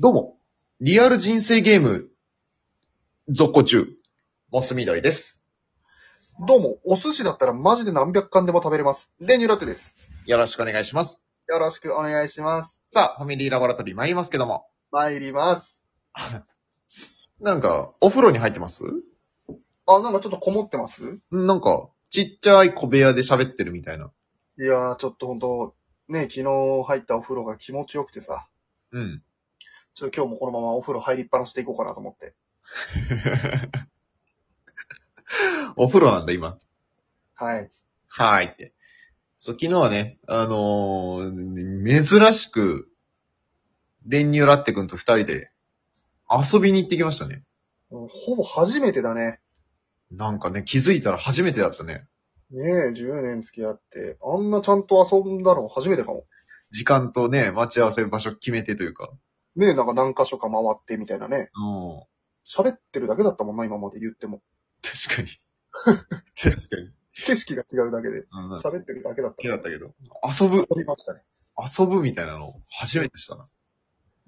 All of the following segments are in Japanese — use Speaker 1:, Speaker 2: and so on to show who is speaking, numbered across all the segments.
Speaker 1: どうも、リアル人生ゲーム、続行中、モスみどりです。
Speaker 2: どうも、お寿司だったらマジで何百貫でも食べれます。レニューラテです。
Speaker 1: よろしくお願いします。
Speaker 2: よろしくお願いします。
Speaker 1: さあ、ファミリーラボラトリー参りますけども、
Speaker 2: 参ります。
Speaker 1: なんか、お風呂に入ってます
Speaker 2: あ、なんかちょっとこもってます
Speaker 1: なんか、ちっちゃい小部屋で喋ってるみたいな。
Speaker 2: いやー、ちょっとほんと、ね、昨日入ったお風呂が気持ちよくてさ、
Speaker 1: うん。
Speaker 2: ちょっと今日もこのままお風呂入りっぱなしでいこうかなと思って。
Speaker 1: お風呂なんだ、今。
Speaker 2: はい。
Speaker 1: はーいって。そう、昨日はね、あのー、珍しく、練乳ラッテくんと二人で遊びに行ってきましたね。
Speaker 2: もうほぼ初めてだね。
Speaker 1: なんかね、気づいたら初めてだったね。
Speaker 2: ねえ、10年付き合って、あんなちゃんと遊んだの初めてかも。
Speaker 1: 時間とね、待ち合わせ場所決めてというか。
Speaker 2: ねえ、なんか何箇所か回ってみたいなね。
Speaker 1: うん。
Speaker 2: 喋ってるだけだったもんな、今まで言っても。
Speaker 1: 確 かに。確かに。
Speaker 2: 景色が違うだけで、
Speaker 1: うん。好
Speaker 2: 喋ってるだけだった。
Speaker 1: きだったけど。遊ぶ、
Speaker 2: 遊びましたね。
Speaker 1: 遊ぶみたいなの初めてしたな。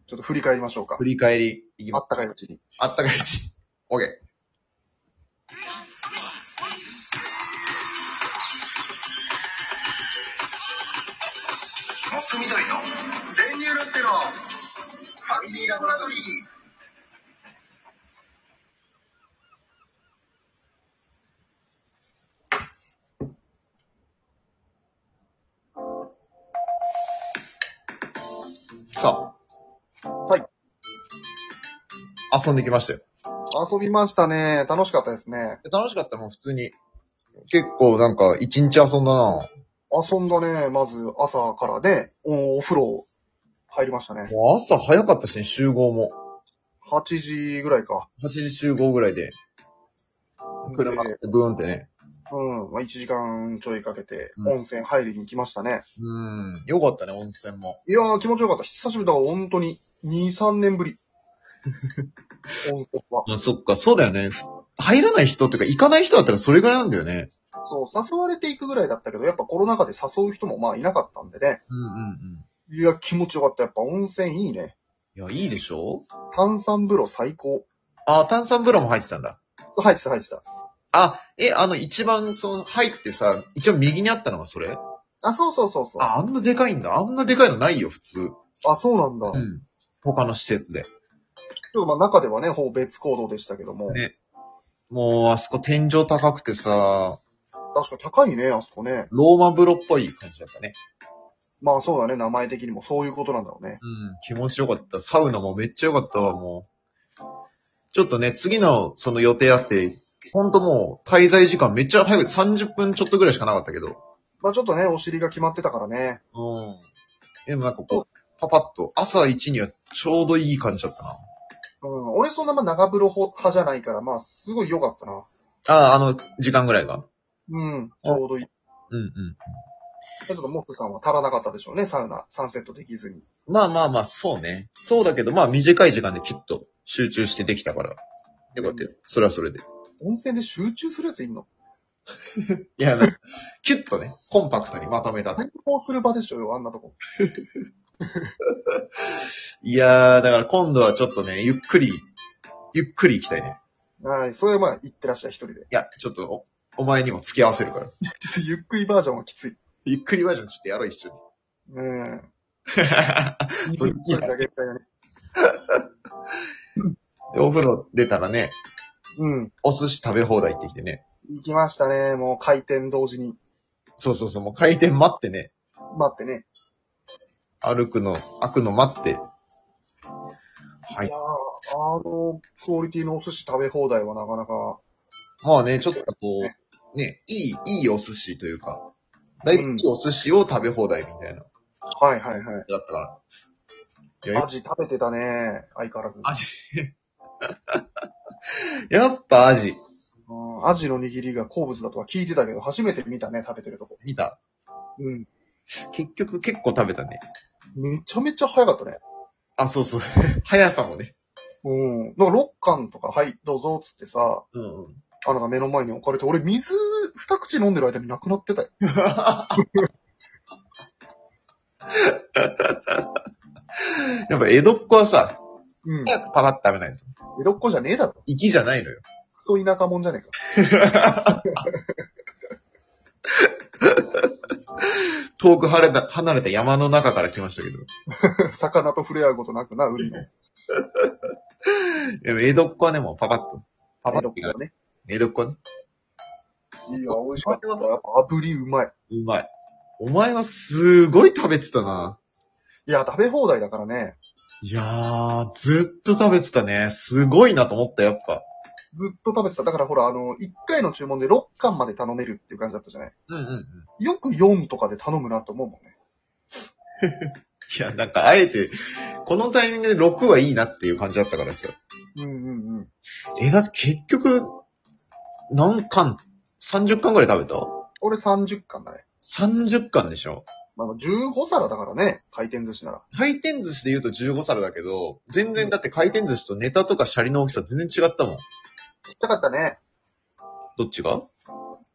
Speaker 2: ちょっと振り返りましょうか
Speaker 1: 振。り返り、いき
Speaker 2: あ
Speaker 1: ます。
Speaker 2: ったかいうちに。
Speaker 1: あったかいうち。オッケー。
Speaker 2: モス緑の練乳ラテのファミリーラボラトリー。
Speaker 1: さあ。
Speaker 2: はい。
Speaker 1: 遊んできましたよ。
Speaker 2: 遊びましたね。楽しかったですね。
Speaker 1: 楽しかったもん、普通に。結構なんか、一日遊んだな
Speaker 2: 遊んだね。まず朝からね、おお風呂入りましたね。
Speaker 1: もう朝早かったしね、集合も。
Speaker 2: 8時ぐらいか。
Speaker 1: 8時集合ぐらいで、車
Speaker 2: で、
Speaker 1: ブーンってね。
Speaker 2: うん。まあ、1時間ちょいかけて
Speaker 1: う、ん
Speaker 2: 温泉入りに行きましたね。
Speaker 1: うん。よかったね、温泉も。
Speaker 2: いやー気持ちよかった。久しぶりだわ。本当に。2、3年 ぶり。温泉は。
Speaker 1: まあ、そっか、そうだよね。ふ入らない人っていうか、行かない人だったらそれぐらいなんだよね。
Speaker 2: そう、誘われていくぐらいだったけど、やっぱコロナ禍で誘う人もまあいなかったんでね。
Speaker 1: うんうん
Speaker 2: いや、気持ちよかった。やっぱ温泉いいね。
Speaker 1: うん。いや、いいでしょ
Speaker 2: 炭酸風呂最高。
Speaker 1: あ、炭酸風呂も入ってたんだ。
Speaker 2: 入ってた、入ってた。
Speaker 1: あ、え、あの、一番、その、入ってさ、一番右にあったのがそれ
Speaker 2: あ、そうそうそうそう。あ、
Speaker 1: あ、あんなでかいんだ。あんなでかいのないよ、普通。
Speaker 2: そうなんだ。ち
Speaker 1: ん。他の施設で。
Speaker 2: ょっとまあ中ではね、ほぼ別行動でしたけども。
Speaker 1: ねもう、あそこ天井高くてさ、
Speaker 2: 確かに高いね、あそこね。
Speaker 1: ローマ風呂っぽい感じだったね。
Speaker 2: まあそうだね、名前的にもそういうことなんだろうね。
Speaker 1: うん、気持ちよかった。サウナもめっちゃよかったわ、もう。ちょっとね、次のその予定あって、ほんともう滞在時間めっちゃ早く30分ちょっとぐらいしかなかったけど。
Speaker 2: まあちょっとね、お尻が決まってたからね。
Speaker 1: うん。でもなんかこう、パパッと、朝1にはちょうどいい感じだったな。
Speaker 2: うん、俺そんなまあ長風呂派じゃないから、まあすごい良かったな。
Speaker 1: ああ、あの、時間ぐらいが。
Speaker 2: うん、ちょうどいい。
Speaker 1: うんうん。
Speaker 2: ちょっとモックさんは足らなかったでしょうね、サウナ、サンセットできずに。
Speaker 1: まあまあまあ、そうね。そうだけど、まあ短い時間できっと集中してできたから。よかったよ。それはそれで。
Speaker 2: 温泉で集中するやついんの
Speaker 1: いや、なんかキュッとね、コンパクトにまとめたっていう
Speaker 2: 最高する場でしょうよ、あんなとこ。
Speaker 1: いやー、だから今度はちょっとね、ゆっくり、ゆっくり行きたいね。
Speaker 2: はい、それはまあ行ってらっしゃい、一人で。
Speaker 1: いや、ちょっとお、お前にも付き合わせるから。
Speaker 2: ちょっとゆっくりバージョンはきつい。
Speaker 1: ゆっくりバージョンちょっとやろう、一緒に。
Speaker 2: うん。
Speaker 1: そう
Speaker 2: 一人だけみたいなね。
Speaker 1: でお風呂出たらね、
Speaker 2: うん。
Speaker 1: お寿司食べ放題行ってきてね。
Speaker 2: 行きましたね。もう開店同時に。
Speaker 1: そうそうそう、もう開店待ってね、
Speaker 2: 待ってね。
Speaker 1: 歩くの、開くの待って。はいい
Speaker 2: や。ーあの、クオリティのお寿司食べ放題はなかなか、
Speaker 1: まあね、ちょっとこう、ね、いい、いいお寿司というか、だいぶいいお寿司を食べ放題みたいな、
Speaker 2: はいはいは
Speaker 1: だったから。い
Speaker 2: い。
Speaker 1: や
Speaker 2: ア、ジ食べてたね。相変わらず。
Speaker 1: アジ。やっぱアジ。
Speaker 2: うんアジの握りが好物だとは聞いてたけど、初めて見たね、食べてるとこ。
Speaker 1: 見た
Speaker 2: うん。
Speaker 1: 結局結構食べたね。
Speaker 2: めちゃめちゃ早かったね。
Speaker 1: あ、そうそう。 速さもね。
Speaker 2: うん。なんか6巻とか、はい、どうぞ、つってさ、
Speaker 1: うんうん。
Speaker 2: あなた目の前に置かれて、俺水二口飲んでる間になくなってたよ。
Speaker 1: やっぱ江戸っ子はさ、
Speaker 2: うん。
Speaker 1: 早くパパッと食べないと。
Speaker 2: 江戸っ子じゃねえだろ。
Speaker 1: 粋じゃないのよ。
Speaker 2: クソ田舎もんじゃねえか。
Speaker 1: 遠く離れた、離れた山の中から来ましたけど。
Speaker 2: 魚と触れ合うことなくな、海の。
Speaker 1: でも江戸っ子はね、もうパパッと。パパ
Speaker 2: 江
Speaker 1: ッ
Speaker 2: 戸っ
Speaker 1: と
Speaker 2: 子。ね。
Speaker 1: 江戸っ子ね。
Speaker 2: いや、美味しかった。やっぱ炙りうまい。
Speaker 1: うまい。お前はすごい食べてたな。
Speaker 2: いや、食べ放題だからね。
Speaker 1: いやー、ずっと食べてたね。すごいなと思った、やっぱ。
Speaker 2: ずっと食べてた。だからほら、あの、1回の注文で6貫まで頼めるっていう感じだったじゃない
Speaker 1: うんうんうん。
Speaker 2: よく4とかで頼むなと思うもんね。
Speaker 1: いや、なんかあえて、このタイミングで6はいいなっていう感じだったからさ。
Speaker 2: うんうんうん。
Speaker 1: え、だって結局、何巻 ?30 巻ぐらい食べた
Speaker 2: 俺30貫だね。
Speaker 1: ?30 巻でしょ
Speaker 2: まあ、15皿だからね。回転寿司なら。
Speaker 1: 回転寿司で言うと15皿だけど、全然だって回転寿司とネタとかシャリの大きさ全然違ったもん。
Speaker 2: ちっちゃかったね。
Speaker 1: どっちが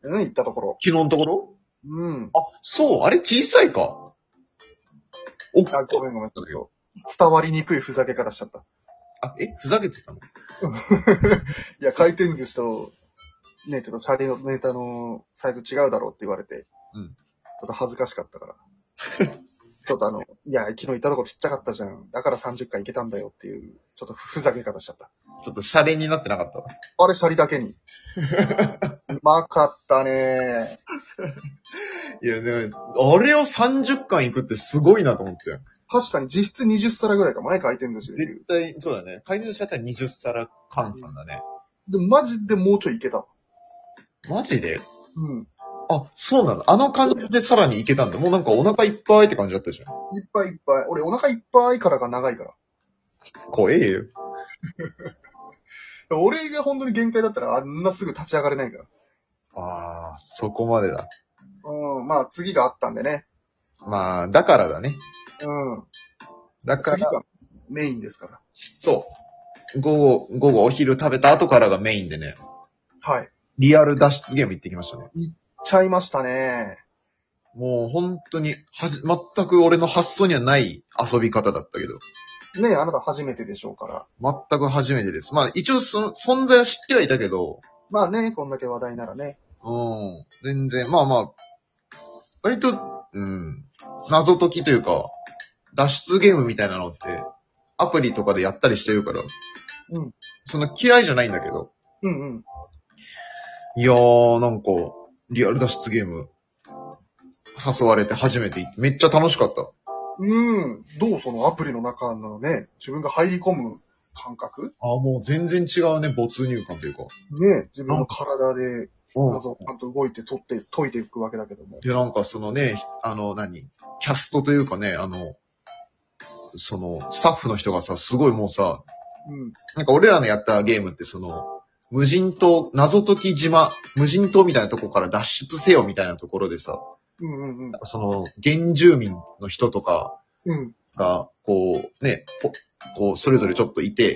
Speaker 2: うん、行ったところ。
Speaker 1: 昨日のところ
Speaker 2: うん。
Speaker 1: あ、そう、あれ小さいか。おっ
Speaker 2: あ、ご
Speaker 1: と。
Speaker 2: めんごめん。ちょっと伝わりにくいふざけ方しちゃった。
Speaker 1: あ、え、ふざけてたの
Speaker 2: いや、回転寿司と、ね、ちょっとシャリのネタのサイズ違うだろうって言われて。
Speaker 1: うん
Speaker 2: ちょっと恥ずかしかったから。 ちょっとあの、いや、昨日行ったとこちっちゃかったじゃん。だから30回行けたんだよっていう、ちょっとふざけ方しちゃった。
Speaker 1: ちょっとシャレになってなかったわ。
Speaker 2: あれ、シャリだけ に。うまかったね
Speaker 1: いや、でも、あれを30巻行くってすごいなと思って。
Speaker 2: 確かに実質20皿ぐらいかもね、回転寿司でいう。
Speaker 1: 絶対、そうだね。回転寿司だったら20皿換算だね。
Speaker 2: でもマジでもうちょいいけた。
Speaker 1: マジで
Speaker 2: うん。
Speaker 1: あ、そうなの。あの感じでさらにいけたんだ。もうなんかお腹いっぱいって感じだったじゃん。
Speaker 2: いっぱいいっぱい。俺お腹いっぱいからが長いから。
Speaker 1: 怖えよ。
Speaker 2: 俺が本当に限界だったらあんなすぐ立ち上がれないから。
Speaker 1: あー、そこまでだ。
Speaker 2: うん。まあ次があったんでね。
Speaker 1: まあ、だからだね。
Speaker 2: うん。
Speaker 1: だか
Speaker 2: 次
Speaker 1: ら、
Speaker 2: がメインですから。
Speaker 1: そう。午後、午後お昼食べた後からがメインでね、
Speaker 2: はい。
Speaker 1: リアル脱出ゲーム行ってきましたね。
Speaker 2: ちゃいましたね。
Speaker 1: もう本当に、はじ、全く俺の発想にはない遊び方だったけど、
Speaker 2: ねえ、あなた初めてでしょうから。
Speaker 1: 全く初めてです。まあ一応その存在は知ってはいたけど、
Speaker 2: まあね、こんだけ話題ならね。
Speaker 1: うん。全然、まあまあ、割と、うん、謎解きというか、脱出ゲームみたいなのって、アプリとかでやったりしてるから、
Speaker 2: うん。
Speaker 1: その嫌いじゃないんだけど、
Speaker 2: うんうん。
Speaker 1: いやー、なんか、リアル脱出ゲーム、誘われて初めて行って、めっちゃ楽しかった。
Speaker 2: うん。どうそのアプリの中のね、自分が入り込む感覚
Speaker 1: あーもう全然違うね、没入感というか。
Speaker 2: ねえ、自分の体で
Speaker 1: う
Speaker 2: 謎をちゃんと動いて取って解いていくわけだけども。
Speaker 1: で、なんかそのね、あの、何キャストというかね、あの、その、スタッフの人がさ、すごいもうさ、
Speaker 2: うん。
Speaker 1: なんか俺らのやったゲームってその、無人島、謎解き島、無人島みたいなとこから脱出せよみたいなところでさ、
Speaker 2: うんうんうん
Speaker 1: なん。かその、原住民の人とか
Speaker 2: うん。
Speaker 1: が、こう、ね、ぽこう、それぞれちょっといて、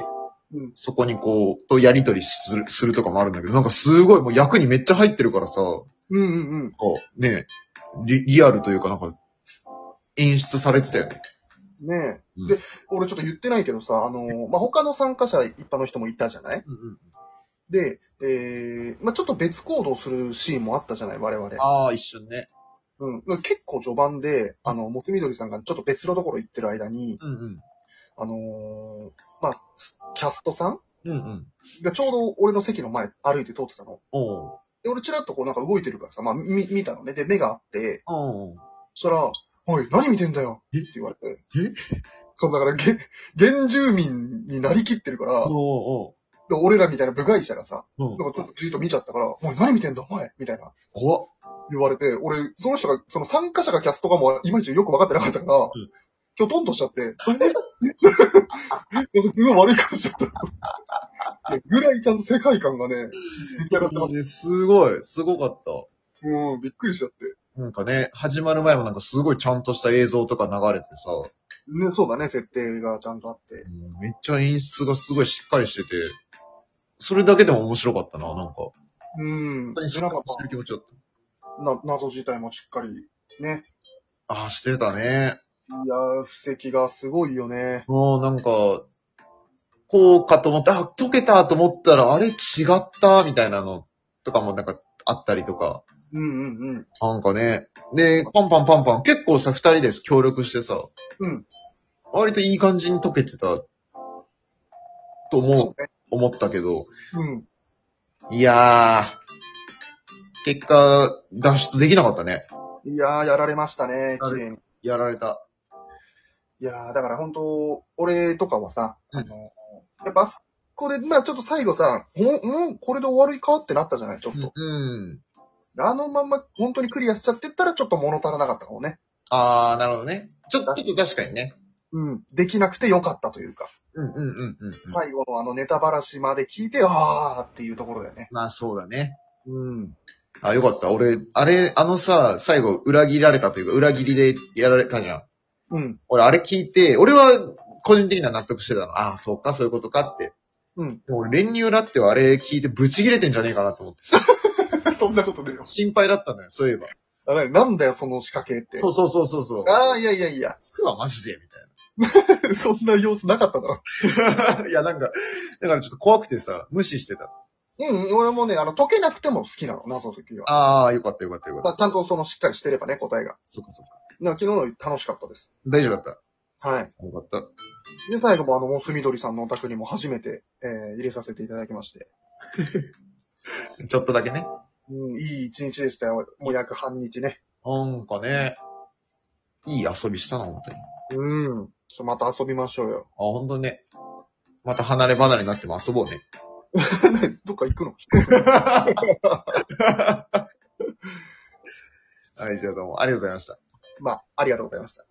Speaker 2: うん
Speaker 1: そこにこう、とやりとりする、するとかもあるんだけど、なんかすごいもう役にめっちゃ入ってるからさ、こ
Speaker 2: うんうんうん。
Speaker 1: う、ね、リリアルというかなんか、演出されてたよね。
Speaker 2: ねえ。
Speaker 1: うん
Speaker 2: で、俺ちょっと言ってないけどさ、あのーまあ、他の参加者一般の人もいたじゃないで、えー、まあ、ちょっと別行動するシーンもあったじゃない、我々。
Speaker 1: ああ、一瞬ね。
Speaker 2: うん。まあ結構序盤で、あの、もつみどりさんがちょっと別のところ行ってる間に、
Speaker 1: うんうん。
Speaker 2: あのーまあ、キャストさん
Speaker 1: うんうん。
Speaker 2: がちょうど俺の席の前歩いて通ってたの。
Speaker 1: おう
Speaker 2: で、俺ちらっとこうなんか動いてるからさ、まあ、み、見たのね。で、目があって、
Speaker 1: おう
Speaker 2: そしたら、おい、何見てんだよ
Speaker 1: え
Speaker 2: って言われて。
Speaker 1: え
Speaker 2: そう、だから、げ、原住民になりきってるから、
Speaker 1: おう
Speaker 2: で俺らみたいな部外者がさ、
Speaker 1: おう
Speaker 2: なんかちょっとじーっと見ちゃったから、おい、何見てんだ、お前みたいな。
Speaker 1: 怖っ。
Speaker 2: 言われて、俺、その人が、その参加者がキャストかも、いまいちよく分かってなかったから、
Speaker 1: ん
Speaker 2: きょとんとしちゃって、 なんかすごい悪い感じだった。いやぐらいちゃんと世界観がね、出来上がってます。
Speaker 1: すごい、すごかった。
Speaker 2: うん、びっくりしちゃって。
Speaker 1: なんかね、始まる前もなんかすごいちゃんとした映像とか流れてさ、
Speaker 2: ね、そうだね、設定がちゃんとあって。
Speaker 1: めっちゃ演出がすごいしっかりしてて、それだけでも面白かったな、なんか。本
Speaker 2: うん。
Speaker 1: 当に
Speaker 2: で、
Speaker 1: しっか
Speaker 2: なん
Speaker 1: り
Speaker 2: か、
Speaker 1: してる気持ちだっ
Speaker 2: な謎自体もしっかり、ね。
Speaker 1: た。ああ、してたね。
Speaker 2: いやー、布石がすごいよね。
Speaker 1: もうなんか、こうかと思って、あ、溶けたと思ったら、あれ違った、みたいなのとかもなんかあったりとか。
Speaker 2: うんうんうん。
Speaker 1: なんかね。で、パンパンパンパン、結構さ、二人です、協力してさ。
Speaker 2: うん。
Speaker 1: 割といい感じに溶けてた、と思う、思ったけど。
Speaker 2: うん。
Speaker 1: いやー、結果、脱出できなかったね。
Speaker 2: いやー、やられましたね、綺麗に。
Speaker 1: やられた。
Speaker 2: いやー、だから本当俺とかはさ、
Speaker 1: うん
Speaker 2: あの、やっぱあそこで、まあちょっと最後さ、もう、もうこれで終わりかってなったじゃない、ちょっと。
Speaker 1: うん。
Speaker 2: あのまんま、本当にクリアしちゃってったら、ちょっと物足らなかったかもね。
Speaker 1: あー、なるほどね。ちょっと、ちょっと確かにね。
Speaker 2: うん。できなくてよかったというか、
Speaker 1: うんうんうんうんうん。
Speaker 2: 最後のあのネタばらしまで聞いて、あーっていうところだよね。
Speaker 1: まあそうだね。
Speaker 2: うん。
Speaker 1: あ、よかった。俺、あれ、あのさ、最後、裏切られたというか、裏切りでやられたじゃん。
Speaker 2: うん。
Speaker 1: 俺、あれ聞いて、俺は、個人的には納得してたの。ああ、そうか、そういうことかって。
Speaker 2: うん。
Speaker 1: でも俺、練乳ラってはあれ聞いて、ブチ切れてんじゃねえかなと思ってさ、
Speaker 2: そんなことでよ。
Speaker 1: 心配だったのよ、そういえば。
Speaker 2: だからなんだよ、その仕掛けって。
Speaker 1: そうそうそうそうそう。
Speaker 2: あー、いやいやいや。
Speaker 1: つくわ、マジで、みた
Speaker 2: そんな様子なかったから。
Speaker 1: いな。いや、なんか、だからちょっと怖くてさ、無視してた。
Speaker 2: うん、うん俺もね、あの、解けなくても好きなの、謎解きは。
Speaker 1: ああ、よかったよかったよか
Speaker 2: ま
Speaker 1: っ
Speaker 2: あ、
Speaker 1: た。
Speaker 2: ちゃんとその、しっかりしてればね、答えが。
Speaker 1: そっかそっか。
Speaker 2: な昨日の楽しかったです。
Speaker 1: 大丈夫だった。
Speaker 2: はい。
Speaker 1: よかった。
Speaker 2: で、最後もあの、モスみどりさんのお宅にも初めて、えー入れさせていただきまして。
Speaker 1: ちょっとだけね。
Speaker 2: うん、いい一日でしたよ。もう約半日ね。
Speaker 1: なんかね、いい遊びしたな、本当に。あ、
Speaker 2: うん。ちょっとまた遊びましょうよ。
Speaker 1: ほんとね。また離れ離れになっても遊ぼうね。
Speaker 2: どっか行くの
Speaker 1: はい、じゃあどうもありがとうございました。
Speaker 2: まあ、ありがとうございました。